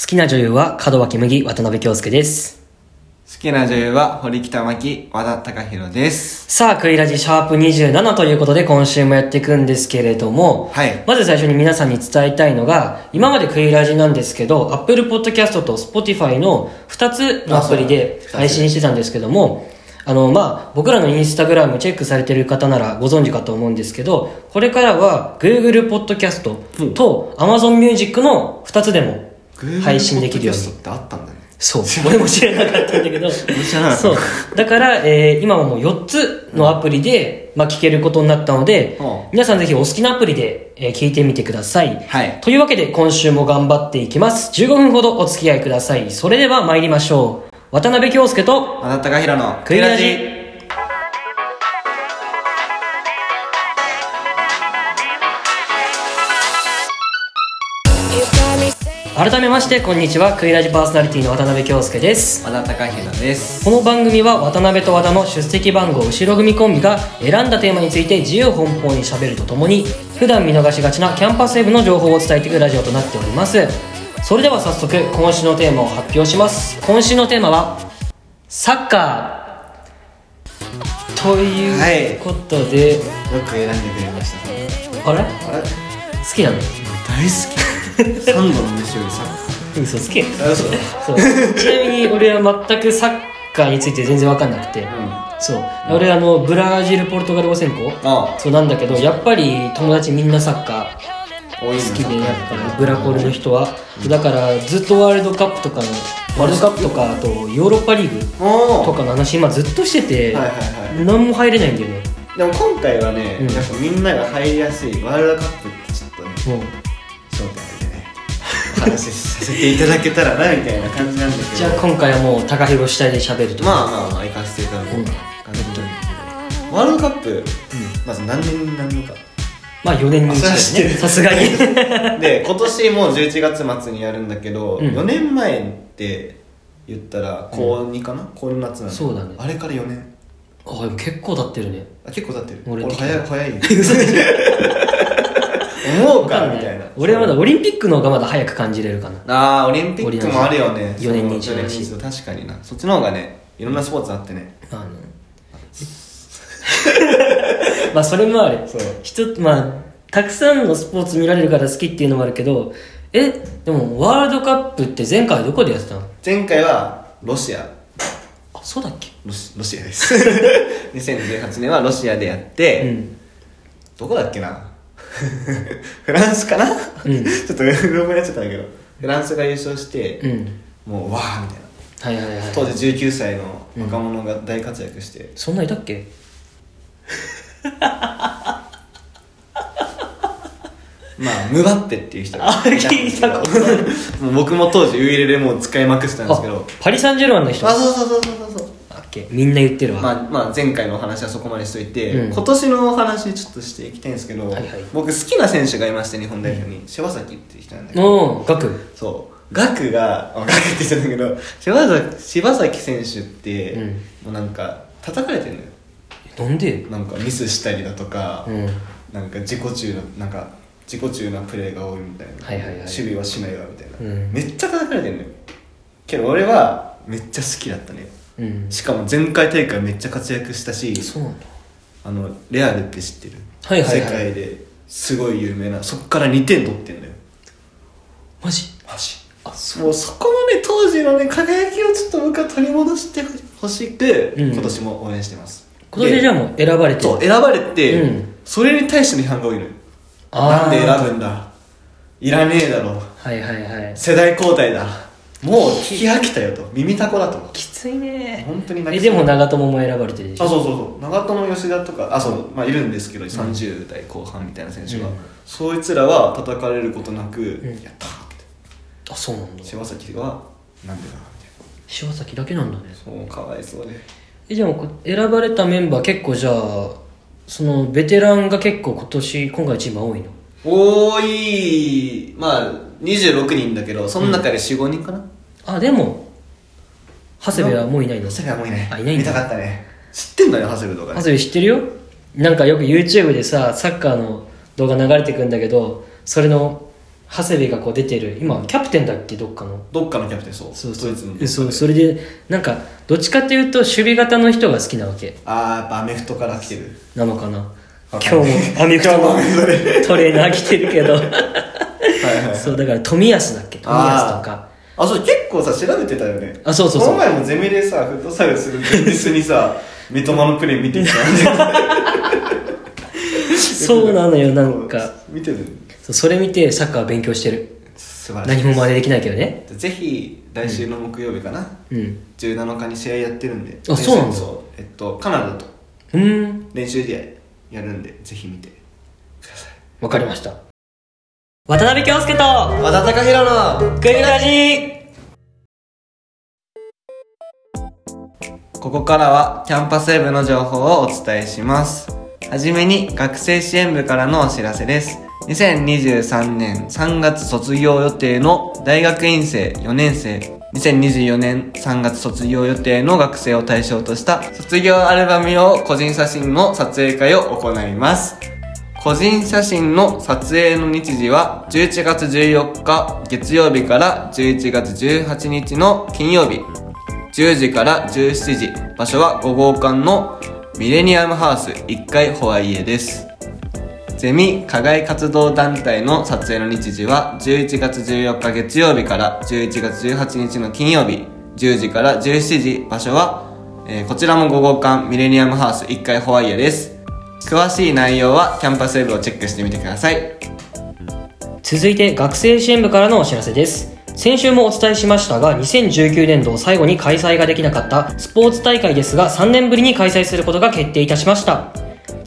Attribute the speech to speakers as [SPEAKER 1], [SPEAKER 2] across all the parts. [SPEAKER 1] 好きな女優は門脇麦渡辺京介です
[SPEAKER 2] 好きな女優は堀北真希和田貴弘です
[SPEAKER 1] さあクイラジシャープ27ということで今週もやっていくんですけれども、
[SPEAKER 2] はい
[SPEAKER 1] まず最初に皆さんに伝えたいのが今までクイラジなんですけど Apple Podcast と Spotify の2つのアプリで
[SPEAKER 2] あそう
[SPEAKER 1] 配信してたんですけどもあのまあ僕らのインスタグラムチェックされてる方ならご存知かと思うんですけどこれからは Google Podcast と Amazon Music の2つでも配信できるように
[SPEAKER 2] Google ポッドキャストってあったんだね
[SPEAKER 1] そう、俺も知らなかったんだけど。
[SPEAKER 2] 知らなかった
[SPEAKER 1] そう。だから、えー今はもう4つのアプリで、まあ、聞けることになったので
[SPEAKER 2] うん、
[SPEAKER 1] 皆さんぜひお好きなアプリで、えー聞いてみてください。
[SPEAKER 2] はい
[SPEAKER 1] というわけで、今週も頑張っていきます。15分ほどお付き合いください。それでは参りましょう。渡辺京介と、
[SPEAKER 2] 和田貴弘の
[SPEAKER 1] クイラジ。改めまして、こんにちは。クイラジパーソナリティの渡辺京介です。
[SPEAKER 2] 和田貴弘です
[SPEAKER 1] この番組は渡辺と和田の出席番号後ろ組コンビが選んだテーマについて自由奔放にしゃべるとともに普段見逃しがちなキャンパスウェブの情報を伝えていくラジオとなっておりますそれでは早速今週のテーマを発表します今週のテーマはサッカーということで、
[SPEAKER 2] よく選んでくれましたね
[SPEAKER 1] あれ
[SPEAKER 2] あれ
[SPEAKER 1] 好きなの
[SPEAKER 2] 大 好きサンドの飯よりサッ
[SPEAKER 1] 嘘好き
[SPEAKER 2] カーあ嘘だ
[SPEAKER 1] そうちなみに俺は全くサッカーについて全然分かんなくて、そう俺あのブラジルポルトガル語専攻
[SPEAKER 2] ああ
[SPEAKER 1] そうなんだけどやっぱり友達みんなサッカー
[SPEAKER 2] 多いの
[SPEAKER 1] 好きでやっぱりブラコルの人は、だからずっとワールドカップとかのワールドカップとかあとヨーロッパリーグ
[SPEAKER 2] お
[SPEAKER 1] とかの話今ずっとしてて、
[SPEAKER 2] はいはいは
[SPEAKER 1] 何も入れないんだよね
[SPEAKER 2] でも今回はね、
[SPEAKER 1] うん
[SPEAKER 2] やっぱみんなが入りやすいワールドカップってちょっとね
[SPEAKER 1] もう
[SPEAKER 2] 焦点で ねお話しさせていただけたらなみたいな感じなんだけど
[SPEAKER 1] じゃあ今回はもう高弘主体で喋ると、
[SPEAKER 2] まあまあまあ行かせていただこうかな感じなんだけどワールドカップ、まず何年になるのか
[SPEAKER 1] まあ4年に
[SPEAKER 2] あ
[SPEAKER 1] し
[SPEAKER 2] そ
[SPEAKER 1] て
[SPEAKER 2] れ
[SPEAKER 1] ね
[SPEAKER 2] は知ってる
[SPEAKER 1] さすがに
[SPEAKER 2] で今年もう11月末にやるんだけど、
[SPEAKER 1] うん
[SPEAKER 2] 4年前って言ったら高2かな、高2の夏なん
[SPEAKER 1] そうだね
[SPEAKER 2] あれから4年
[SPEAKER 1] あでも結構経ってるね
[SPEAKER 2] あ結構経ってる
[SPEAKER 1] 俺
[SPEAKER 2] 俺
[SPEAKER 1] 的に
[SPEAKER 2] 早い早い 思うかみたいな
[SPEAKER 1] 俺はまだオリンピックの方がまだ早く感じれるかな
[SPEAKER 2] ああオリンピックもあるよね
[SPEAKER 1] オリンピック
[SPEAKER 2] そ
[SPEAKER 1] 四年に一度
[SPEAKER 2] の四年に一度確かになそっちの方がねいろんなスポーツあってね
[SPEAKER 1] あ のまあそれもある
[SPEAKER 2] そう
[SPEAKER 1] 一つまあたくさんのスポーツ見られるから好きっていうのもあるけどえでもワールドカップって前回どこでやってたの
[SPEAKER 2] 前回はロシア
[SPEAKER 1] あそうだっけ
[SPEAKER 2] ロシロ シアです2018年はロシアでやって、
[SPEAKER 1] うん
[SPEAKER 2] どこだっけな フランスかな、
[SPEAKER 1] うん
[SPEAKER 2] ちょっとうろ覚えになっちゃったんだけどフランスが優勝して、
[SPEAKER 1] うん
[SPEAKER 2] もうわーみたいな
[SPEAKER 1] はいはいはい
[SPEAKER 2] 当時19歳の若者が大活躍して、
[SPEAKER 1] そんないたっけ
[SPEAKER 2] まあムバッペっていう人が
[SPEAKER 1] あ聞いたこと
[SPEAKER 2] ある もう僕も当時ウイレでもう使いまくってたんですけ
[SPEAKER 1] あ
[SPEAKER 2] ど
[SPEAKER 1] パリ・サンジェルマンの人
[SPEAKER 2] あ
[SPEAKER 1] あ
[SPEAKER 2] そうそうそうそうそうそう
[SPEAKER 1] っけみんな言ってるわ、
[SPEAKER 2] まあまあ、前回のお話はそこまでしといて、
[SPEAKER 1] うん
[SPEAKER 2] 今年のお話ちょっとしていきたいんですけど、
[SPEAKER 1] はいはい
[SPEAKER 2] 僕好きな選手がいまして日本代表に、柴崎っていう人なんだけど、
[SPEAKER 1] おおガク
[SPEAKER 2] そうガクがあガクって言っちゃったんだけど柴崎柴崎選手って、
[SPEAKER 1] うん
[SPEAKER 2] もうなんか叩かれてるのよ
[SPEAKER 1] なんで
[SPEAKER 2] なんかミスしたりだとか、
[SPEAKER 1] うん
[SPEAKER 2] なんか自己中ななんか自己中なプレーが多いみたいな、
[SPEAKER 1] はいはいはい
[SPEAKER 2] 守備はしないわみたいな、
[SPEAKER 1] うん
[SPEAKER 2] めっちゃ叩かれてるのよけど俺はめっちゃ好きだったね
[SPEAKER 1] うん
[SPEAKER 2] しかも前回大会めっちゃ活躍したし
[SPEAKER 1] そうなんだ
[SPEAKER 2] あのレアルって知ってる、
[SPEAKER 1] はいはいはい
[SPEAKER 2] 世界ですごい有名なそっから2点取ってんだよ
[SPEAKER 1] マジ
[SPEAKER 2] マジ
[SPEAKER 1] あそ
[SPEAKER 2] もうそこのね当時のね輝きをちょっと僕は取り戻してほしく、
[SPEAKER 1] うん
[SPEAKER 2] 今年も応援してます
[SPEAKER 1] 今年じゃあもう選ばれて
[SPEAKER 2] そう
[SPEAKER 1] る
[SPEAKER 2] 選ばれて、
[SPEAKER 1] うん
[SPEAKER 2] それに対しての批判が多いのよ
[SPEAKER 1] あー
[SPEAKER 2] なんで選ぶんだいらねえだろ
[SPEAKER 1] はいはいはい
[SPEAKER 2] 世代交代だもう聞き飽きたよと耳たこだと
[SPEAKER 1] きついね
[SPEAKER 2] 本当に泣
[SPEAKER 1] え
[SPEAKER 2] きそ
[SPEAKER 1] で
[SPEAKER 2] う
[SPEAKER 1] も長友も選ばれてるでしょ
[SPEAKER 2] あそうそうそう長友吉田とかあそう、まあ、いるんですけど、30代後半みたいな選手が、
[SPEAKER 1] うん
[SPEAKER 2] そいつらは叩かれることなく、
[SPEAKER 1] ん
[SPEAKER 2] やったーって
[SPEAKER 1] あそうなんだ
[SPEAKER 2] 柴崎がなんでだみた
[SPEAKER 1] 柴崎だけなんだね
[SPEAKER 2] いなそうかわいそうで
[SPEAKER 1] えじゃあこ選ばれたメンバー結構じゃあそのベテランが結構今年今回チームは多いの
[SPEAKER 2] 多いまあ26人だけどその中で45人かな、
[SPEAKER 1] あでも長谷部はもういないの
[SPEAKER 2] 長
[SPEAKER 1] 長
[SPEAKER 2] 谷部はもういない
[SPEAKER 1] あいないんだ
[SPEAKER 2] 見たかったね知ってんだよ長谷部とかね
[SPEAKER 1] 谷部知ってるよなんかよく YouTube でさサッカーの動画流れてくんだけどそれの長谷部がこう出てる今キャプテンだっけどっかの
[SPEAKER 2] どっかのキャプテンそう
[SPEAKER 1] そうそ
[SPEAKER 2] ドイツの
[SPEAKER 1] うそうそれでなんかどっちかっていうと守備型の人が好きなわけ
[SPEAKER 2] ああやっぱアメフトから来てる
[SPEAKER 1] なのかな
[SPEAKER 2] わ
[SPEAKER 1] 今
[SPEAKER 2] か
[SPEAKER 1] 日
[SPEAKER 2] ん
[SPEAKER 1] も
[SPEAKER 2] ない
[SPEAKER 1] アメフト
[SPEAKER 2] 今日もアメフトで
[SPEAKER 1] のトレーナー着てるけど
[SPEAKER 2] はいはいはい
[SPEAKER 1] そうだから富安だっけ富安とか
[SPEAKER 2] あそう結構さ調べてたよね
[SPEAKER 1] あそうそうそう
[SPEAKER 2] この前もゼミでさフットサルする前日に さ三笘のプレー見てた
[SPEAKER 1] そうなのよなんか
[SPEAKER 2] 見てる
[SPEAKER 1] そうそれ見てサッカー勉強してる
[SPEAKER 2] 素晴らし
[SPEAKER 1] 何も真似できないけどね
[SPEAKER 2] いぜひ来週の木曜日かな、
[SPEAKER 1] うん
[SPEAKER 2] 17日に試合やってるんで
[SPEAKER 1] あそうなんだ
[SPEAKER 2] えっとカナダと
[SPEAKER 1] うん
[SPEAKER 2] 練習試合やるんでぜひ見て
[SPEAKER 1] わかりました渡辺京介と
[SPEAKER 2] 和田貴弘の
[SPEAKER 1] グリラジ
[SPEAKER 2] ここからはキャンパスウェブの情報をお伝えします。はじめに学生支援部からのお知らせです。2023年3月卒業予定の大学院生4年生、2024年3月卒業予定の学生を対象とした卒業アルバム用個人写真の撮影会を行います。個人写真の撮影の日時は11月14日月曜日から11月18日の金曜日10時から17時場所は5号館のミレニアムハウス1階ホワイエですゼミ課外活動団体の撮影の日時は11月14日月曜日から11月18日の金曜日10時から17時場所は、えーこちらも5号館ミレニアムハウス1階ホワイエです詳しい内容はキャンパスウェブをチェックしてみてください
[SPEAKER 1] 続いて学生支援部からのお知らせです先週もお伝えしましたが2019年度を最後に開催ができなかったスポーツ大会ですが3年ぶりに開催することが決定いたしました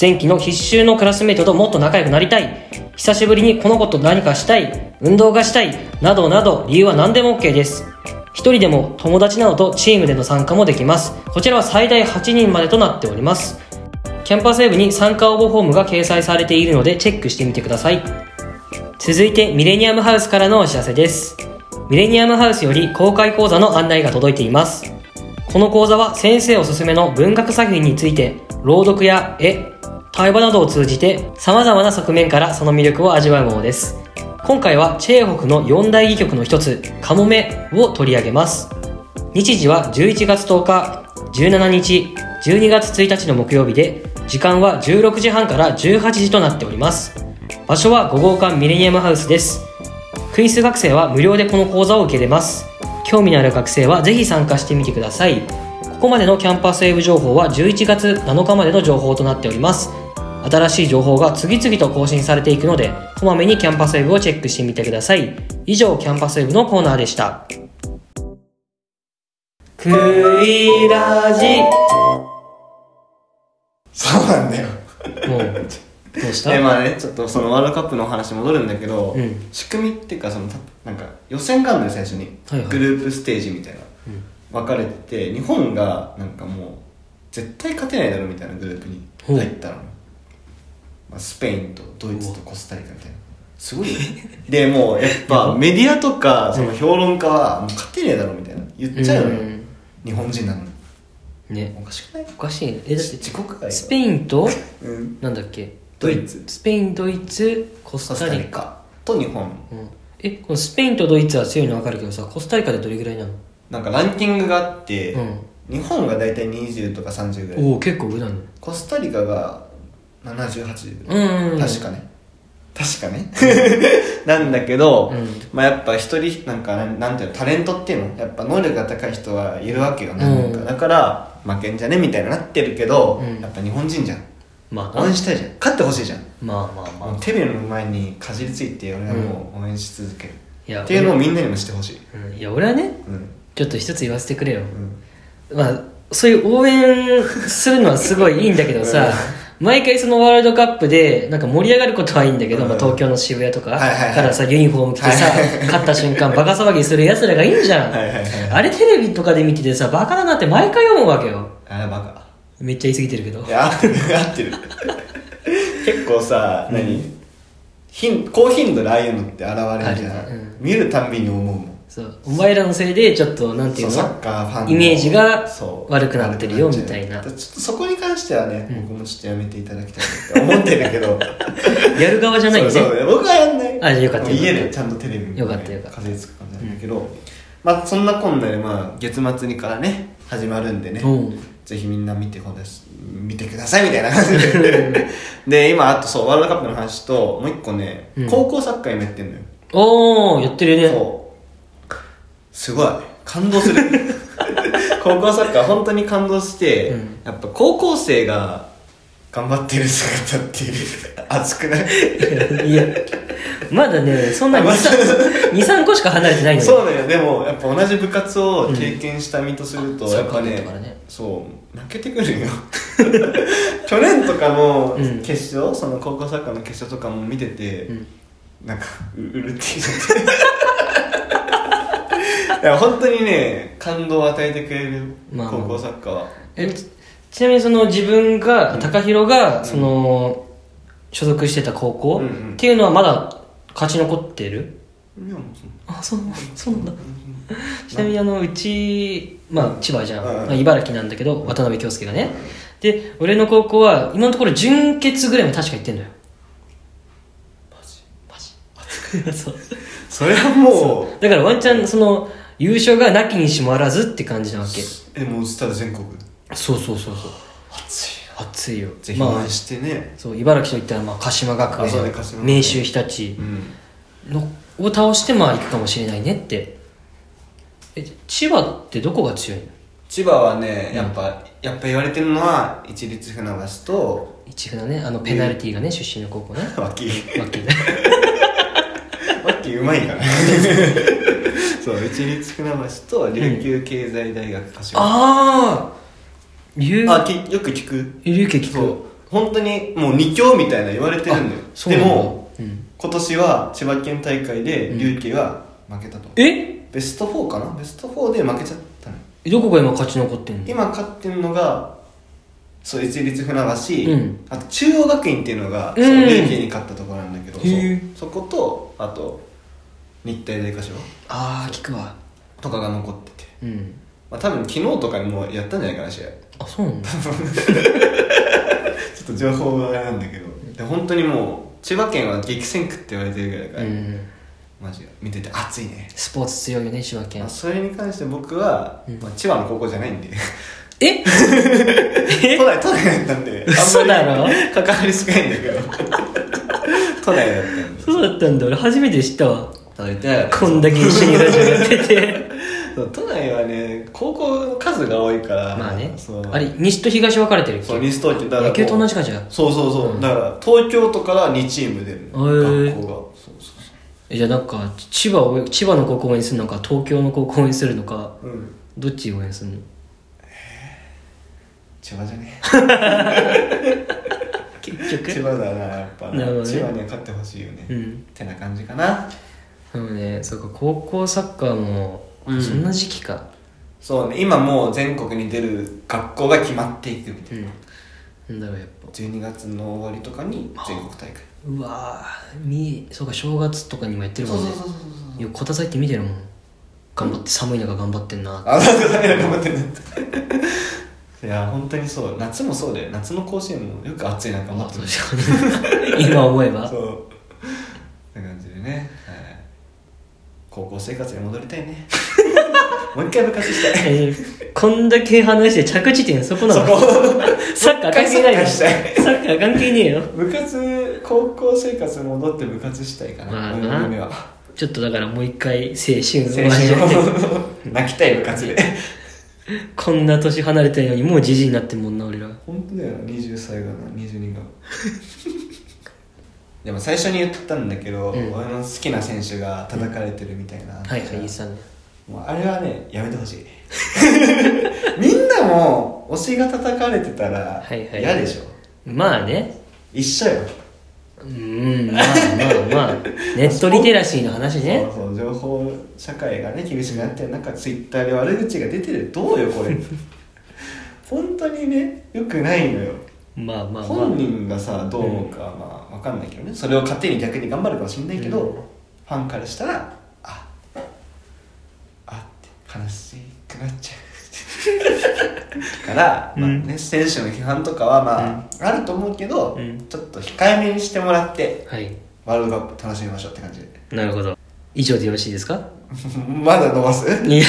[SPEAKER 1] 前期の必修のクラスメートともっと仲良くなりたい久しぶりにこの子と何かしたい運動がしたいなどなど理由は何でも OK です一人でも友達などとチームでの参加もできますこちらは最大8人までとなっておりますキャンパーセーブに参加応募フォームが掲載されているのでチェックしてみてください続いてミレニアムハウスからのお知らせですミレニアムハウスより公開講座の案内が届いていますこの講座は先生おすすめの文学作品について朗読や絵対話などを通じて様々な側面からその魅力を味わうものです今回はチェーホクの四大戯曲の一つ「カモメ」を取り上げます日時は11月10日17日12月1日の木曜日で時間は16時半から18時となっております場所は5号館ミレニアムハウスですクイズ学生は無料でこの講座を受けれます興味のある学生はぜひ参加してみてくださいここまでのキャンパスウェブ情報は11月7日までの情報となっております新しい情報が次々と更新されていくのでこまめにキャンパスウェブをチェックしてみてください以上キャンパスウェブのコーナーでしたクイラジ
[SPEAKER 2] そうなんだよ
[SPEAKER 1] もうどうした
[SPEAKER 2] えまあねちょっとそのワールドカップのお話戻るんだけど、
[SPEAKER 1] うん
[SPEAKER 2] 仕組みっていうかそのたなんか予選があるんだよ最初に、
[SPEAKER 1] はいはい
[SPEAKER 2] グループステージみたいな、
[SPEAKER 1] うん
[SPEAKER 2] 分かれてて日本がなんかもう絶対勝てないだろうみたいなグループに
[SPEAKER 1] ほう
[SPEAKER 2] 入ったら、まあ、スペインとドイツとコスタリカみたいなすごいよ ねでもうやっぱメディアとかその評論家はもう勝てねえだろうみたいな言っちゃうのよ、
[SPEAKER 1] うん
[SPEAKER 2] 日本人なのに
[SPEAKER 1] ね
[SPEAKER 2] おかしくない
[SPEAKER 1] おかしいねえだって
[SPEAKER 2] 自国外
[SPEAKER 1] スペインと
[SPEAKER 2] ン、うん、
[SPEAKER 1] なんだっけ
[SPEAKER 2] ドイツ
[SPEAKER 1] スペインドイツコ
[SPEAKER 2] コ
[SPEAKER 1] ス
[SPEAKER 2] ス
[SPEAKER 1] タ
[SPEAKER 2] タリ
[SPEAKER 1] リカ
[SPEAKER 2] カと日本
[SPEAKER 1] うん、えこのスペインとドイツは強いの分かるけどさコスタリカでどれぐらいなの
[SPEAKER 2] なんかランキングがあって、
[SPEAKER 1] うん
[SPEAKER 2] 日本が大体20とか30ぐらい
[SPEAKER 1] おお結構上なの
[SPEAKER 2] コスタリカが78ぐ
[SPEAKER 1] う
[SPEAKER 2] らい、
[SPEAKER 1] んうん
[SPEAKER 2] 確かね確かね なんだけど、
[SPEAKER 1] うん
[SPEAKER 2] まあやっぱ一人なんかなんなんていうのタレントっていうのやっぱ能力が高い人はいるわけよ、ね
[SPEAKER 1] うん
[SPEAKER 2] だから負けんじゃねみたいになってるけど、
[SPEAKER 1] うん
[SPEAKER 2] やっぱ日本人じゃん
[SPEAKER 1] まあ
[SPEAKER 2] 応
[SPEAKER 1] な
[SPEAKER 2] 援したいじゃん勝ってほしいじゃん
[SPEAKER 1] まあまあま
[SPEAKER 2] もう
[SPEAKER 1] あ、
[SPEAKER 2] テレビの前にかじりついて俺はもう応援し続ける、
[SPEAKER 1] いや
[SPEAKER 2] っていうのをみんなにもしてほしい、
[SPEAKER 1] うん、いや俺はね
[SPEAKER 2] うん
[SPEAKER 1] ちょっと一つ言わせてくれよ
[SPEAKER 2] うん
[SPEAKER 1] まあそういう応援するのはすごいいいんだけどさ毎回そのワールドカップでなんか盛り上がることはいいんだけど、
[SPEAKER 2] うん
[SPEAKER 1] まあ、東京の渋谷とか
[SPEAKER 2] はいはいはい
[SPEAKER 1] からさユニフォーム着てさ、
[SPEAKER 2] はいはい
[SPEAKER 1] 勝った瞬間バカ騒ぎするやつらがいいじゃん、
[SPEAKER 2] はいはいはい
[SPEAKER 1] あれテレビとかで見ててさバカだなって毎回思うわけよ
[SPEAKER 2] あれバカ
[SPEAKER 1] めっちゃ言い過ぎてるけど
[SPEAKER 2] いや合 ってる合ってる結構さ何、頻高頻度でああいうのって現れるじゃん、
[SPEAKER 1] あるねうん
[SPEAKER 2] 見るたんびに思うもん
[SPEAKER 1] そうお前らのせいでちょっとなんていう
[SPEAKER 2] そうサッ
[SPEAKER 1] の
[SPEAKER 2] カーファンの
[SPEAKER 1] イメージが
[SPEAKER 2] そう
[SPEAKER 1] 悪くなってるよ
[SPEAKER 2] 悪く
[SPEAKER 1] みた
[SPEAKER 2] っちゃう
[SPEAKER 1] いな
[SPEAKER 2] ちょっとそこに関してはね、僕もちょっとやめていただきたいなって思ってるけど
[SPEAKER 1] やる側じゃないよね
[SPEAKER 2] そうそう僕はやんない
[SPEAKER 1] あじゃあよかったよかった
[SPEAKER 2] 家でちゃんとテレビ見て
[SPEAKER 1] よかったよかった
[SPEAKER 2] 風つく感じなんだけど、まあそんなこんなでまあ月末にからね始まるんでね、
[SPEAKER 1] うん
[SPEAKER 2] ぜひみんな見てほです見てくださいみたいな感じでで今あとそうワールドカップの話ともう一個ね、
[SPEAKER 1] うん
[SPEAKER 2] 高校サッカー今やってんのよ
[SPEAKER 1] おーやってるね
[SPEAKER 2] そうすごい感動 する高校サッカー本当に感動して、
[SPEAKER 1] うん
[SPEAKER 2] やっぱ高校生が頑張ってる姿っていう熱くない
[SPEAKER 1] いやまだねそんな23個しか離れてないのよ
[SPEAKER 2] そうだよでもやっぱ同じ部活を経験した身とすると、
[SPEAKER 1] うん
[SPEAKER 2] や
[SPEAKER 1] サ
[SPEAKER 2] っぱ
[SPEAKER 1] ッカーだった
[SPEAKER 2] ね
[SPEAKER 1] からね
[SPEAKER 2] そう泣けてくるよ 去年とかも
[SPEAKER 1] うん
[SPEAKER 2] 決勝、その高校サッカーの決勝とかも見てて、
[SPEAKER 1] うん
[SPEAKER 2] なんかううるってきちゃって いや本当にね感動を与えてくれる
[SPEAKER 1] まあ
[SPEAKER 2] 高校サッカーは、
[SPEAKER 1] えちちなみにその自分が高弘がその所属してた高校
[SPEAKER 2] うんうん
[SPEAKER 1] っていうのはまだ勝ち残ってる
[SPEAKER 2] いやもうその
[SPEAKER 1] あそうそうなんだちなみにあのうち、まあ、千葉じゃん、
[SPEAKER 2] うんうん
[SPEAKER 1] まあ茨城なんだけど渡辺京介がねで俺の高校は今のところ準決ぐらいまで確か行ってんだよマジマジ そう
[SPEAKER 2] それはもう
[SPEAKER 1] だからワンチャンその優勝がなきにしもあらずって感じなわけ
[SPEAKER 2] えもうスター全国
[SPEAKER 1] そうそうそうそう
[SPEAKER 2] 熱い
[SPEAKER 1] 熱いよ
[SPEAKER 2] ぜひ応
[SPEAKER 1] まあ
[SPEAKER 2] 援してね、
[SPEAKER 1] そう茨城といったらまあ鹿島学
[SPEAKER 2] あそうね
[SPEAKER 1] 園
[SPEAKER 2] 鹿島学園
[SPEAKER 1] 明秀日立
[SPEAKER 2] うん
[SPEAKER 1] のを倒してまあ行くかもしれないねってえ千葉ってどこが強いの
[SPEAKER 2] 千葉はねやっぱ、やっぱ言われてるのは一律船橋 と
[SPEAKER 1] 一船ねあのペナルティーがね出身の高 校ね
[SPEAKER 2] 脇
[SPEAKER 1] マッキー
[SPEAKER 2] 脇うまい からそう一律船橋と琉球経済大学柏、
[SPEAKER 1] ああ琉
[SPEAKER 2] あきよく聞く
[SPEAKER 1] 琉球聞
[SPEAKER 2] そう
[SPEAKER 1] く
[SPEAKER 2] 本当にもう二強みたいな言われてるんだよ
[SPEAKER 1] そう
[SPEAKER 2] で
[SPEAKER 1] なんだ
[SPEAKER 2] も、
[SPEAKER 1] うん
[SPEAKER 2] 今年は千葉県大会で
[SPEAKER 1] うん
[SPEAKER 2] 琉球は負けたと、
[SPEAKER 1] え
[SPEAKER 2] ベスト4かなベスト4で負けちゃったの
[SPEAKER 1] どこが今勝ち残ってんの
[SPEAKER 2] 今勝ってるのがそう一律船橋、
[SPEAKER 1] うん
[SPEAKER 2] あと中央学院っていうのが、そう
[SPEAKER 1] うん
[SPEAKER 2] 琉球に勝ったところなんだけど
[SPEAKER 1] へえ
[SPEAKER 2] そうそことあと日体大柏
[SPEAKER 1] ああ聞くわ
[SPEAKER 2] とかが残ってて、
[SPEAKER 1] うん
[SPEAKER 2] まあ、多分昨日とかにもうやったんじゃないかな試合
[SPEAKER 1] あそうなんだ
[SPEAKER 2] ちょっと情報があれなんだけどで本当にもう千葉県は激戦区って言われてるぐらいだか
[SPEAKER 1] う
[SPEAKER 2] ら、
[SPEAKER 1] ん
[SPEAKER 2] マジで見てて熱いね、
[SPEAKER 1] スポーツ強いよね千葉県
[SPEAKER 2] まあ、それに関して僕は、
[SPEAKER 1] うん
[SPEAKER 2] まあ、千葉の高校じゃないんで
[SPEAKER 1] え
[SPEAKER 2] 都内都内だったんで
[SPEAKER 1] 嘘だろ
[SPEAKER 2] あんまり関わり少ないんだけど都内だったんで
[SPEAKER 1] そうだったんだ俺初めて知ったわ
[SPEAKER 2] 大体
[SPEAKER 1] こんだけ一緒にラジオやってて
[SPEAKER 2] そう都内はね高校の数が多いから
[SPEAKER 1] まあね
[SPEAKER 2] そう
[SPEAKER 1] あれ西と東分かれてるっけ
[SPEAKER 2] そう西東京だから
[SPEAKER 1] 野球と同じかじゃあ
[SPEAKER 2] そうそうそう、
[SPEAKER 1] うん
[SPEAKER 2] だから東京都から2チーム出るの、
[SPEAKER 1] へえ
[SPEAKER 2] 学校がそうそうそ
[SPEAKER 1] えじゃあなんか千葉を千葉の高校応援するのか東京の高校応援するのか
[SPEAKER 2] ううん
[SPEAKER 1] どっち応援するの
[SPEAKER 2] 千葉じゃね
[SPEAKER 1] 結
[SPEAKER 2] 千
[SPEAKER 1] 局
[SPEAKER 2] 葉だなやっぱ
[SPEAKER 1] なるほどね
[SPEAKER 2] 千葉には勝ってほしいよね、
[SPEAKER 1] う
[SPEAKER 2] っ
[SPEAKER 1] ん
[SPEAKER 2] てな感じかな
[SPEAKER 1] でもねそうか高校サッカーもそ
[SPEAKER 2] うん
[SPEAKER 1] んな時期か
[SPEAKER 2] そうね今もう全国に出る学校が決まっていくみた
[SPEAKER 1] う
[SPEAKER 2] いな、
[SPEAKER 1] ん、なんだろうやっぱ
[SPEAKER 2] 12月の終わりとかに全国大会
[SPEAKER 1] うわーみそうか正月とかにもやってるもんね
[SPEAKER 2] そうそうそう
[SPEAKER 1] いやこたさいって見てるもん頑張って寒い中頑張ってんなって
[SPEAKER 2] あなんかダメだ頑張ってんだっていや本当にそう夏もそうだよ夏の甲子園もよく暑い中頑張
[SPEAKER 1] あ
[SPEAKER 2] って
[SPEAKER 1] そう
[SPEAKER 2] る
[SPEAKER 1] しようね今思えば
[SPEAKER 2] そうって感じでね、はい、高校生活に戻りたい ねもう一回部活したい
[SPEAKER 1] えーこんだけ話して着地点そこなの
[SPEAKER 2] そこ
[SPEAKER 1] サッカー関係ないよ
[SPEAKER 2] サ
[SPEAKER 1] サ
[SPEAKER 2] ッ
[SPEAKER 1] ッカー関係ねえよ
[SPEAKER 2] 部活高校生活に戻って部活したいかな、
[SPEAKER 1] まあ
[SPEAKER 2] 俺の
[SPEAKER 1] な
[SPEAKER 2] 夢は
[SPEAKER 1] ちょっとだからもう一回青春を味わって
[SPEAKER 2] 青春を泣きたい部活で
[SPEAKER 1] こんな年離れたのにもうじじいになってんもんな俺ら
[SPEAKER 2] 本当だよな20歳がな22が でも最初に言ったんだけど、
[SPEAKER 1] うん
[SPEAKER 2] 俺の好きな選手が叩かれてるみたいな、
[SPEAKER 1] はいはいいいさんね
[SPEAKER 2] もうあれはねやめてほしい みんなも推しが叩かれてたら
[SPEAKER 1] はいはい
[SPEAKER 2] 嫌でしょ、
[SPEAKER 1] まあね
[SPEAKER 2] 一緒よ
[SPEAKER 1] うんまあまあまあネットリテラシーの話ね
[SPEAKER 2] そうそう情報社会がね厳しくなってる中ツイッターで悪口が出てるどうよ これ本当にねよくないのよ
[SPEAKER 1] まあまあまあ
[SPEAKER 2] 本人がさどう思うかはまあ分かんないけどねそれを糧に逆に頑張るかもしれないけど、
[SPEAKER 1] うん
[SPEAKER 2] ファンからしたらあ悲しくなっちゃ うから、
[SPEAKER 1] うん
[SPEAKER 2] まあね、選手の批判とかはまあ、あると思うけど、
[SPEAKER 1] うん
[SPEAKER 2] ちょっと控えめにしてもらって
[SPEAKER 1] はい
[SPEAKER 2] ワールドカップ楽しみましょうって感じで
[SPEAKER 1] なるほど以上でよろしいですか
[SPEAKER 2] まだ伸ばす
[SPEAKER 1] いや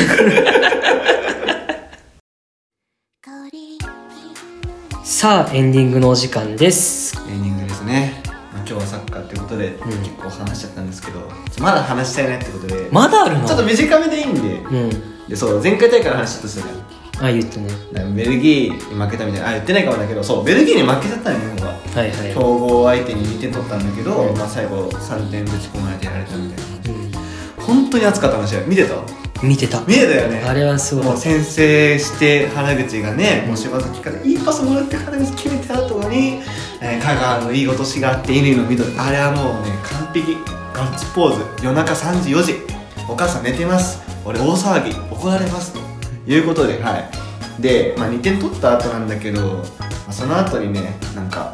[SPEAKER 1] さあエンディングのお時間です
[SPEAKER 2] エンディングですね、まあ、今日はサッカーってことで、
[SPEAKER 1] ん
[SPEAKER 2] 結構話しちゃったんですけどまだ話したいなってことで、
[SPEAKER 1] まだあるの
[SPEAKER 2] ちょっと短めでいいんで
[SPEAKER 1] うん
[SPEAKER 2] でそう前回大会の話ちょっとしたじゃん
[SPEAKER 1] あ言ってね
[SPEAKER 2] だからベルギーに負けたみたいなあ言ってないかもだけどそうベルギーに負けちゃったのよ日本は
[SPEAKER 1] はいはい
[SPEAKER 2] 強豪相手に2点取ったんだけど、まあ、最後3点ぶち込まれてやられたみたいな本当に熱かったの試合見てた
[SPEAKER 1] うん見てた
[SPEAKER 2] 見えたよね
[SPEAKER 1] あれはすごい
[SPEAKER 2] もう先制して原口がね、もう柴崎からいいパスもらって原口決めた後に、えー、香川のいい落としがあって乾のミドルあれはもうね完璧ガッツポーズ夜中3時4時お母さん寝てます俺大騒ぎ怒られますということではいで、まあ、2点取った後なんだけど、まあ、その後にねなんか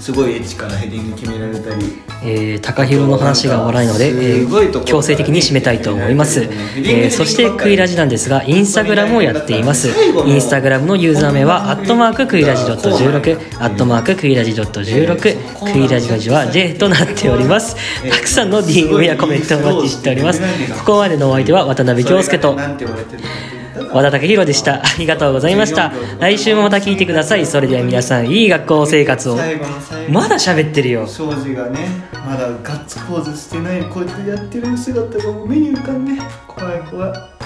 [SPEAKER 2] すごい位置からヘディング決められたり
[SPEAKER 1] えー、高広の話が終わらないので、え
[SPEAKER 2] すごいとこ
[SPEAKER 1] ー、強制的に締めたいと思います、えー、そしてクイラジなんですがインスタグラムをやっていますインスタグラムのユーザー名はアットマーククイラジドット16アットマーククイラジドット16クイラジの字は J となっておりますたくさんの DM やコメントをお待ちしておりますここまでのお相手は渡辺京介と
[SPEAKER 2] それがなんて言われてるかって言ったら
[SPEAKER 1] 和田武宏でしたありがとうございました来週もまた聞いてくださいそれでは皆さんいい学校生活を
[SPEAKER 2] 最後の最後
[SPEAKER 1] まだ喋ってるよ
[SPEAKER 2] 庄司がねまだガッツポーズしてないこうやってやってる姿がもう目に浮かんで怖い怖い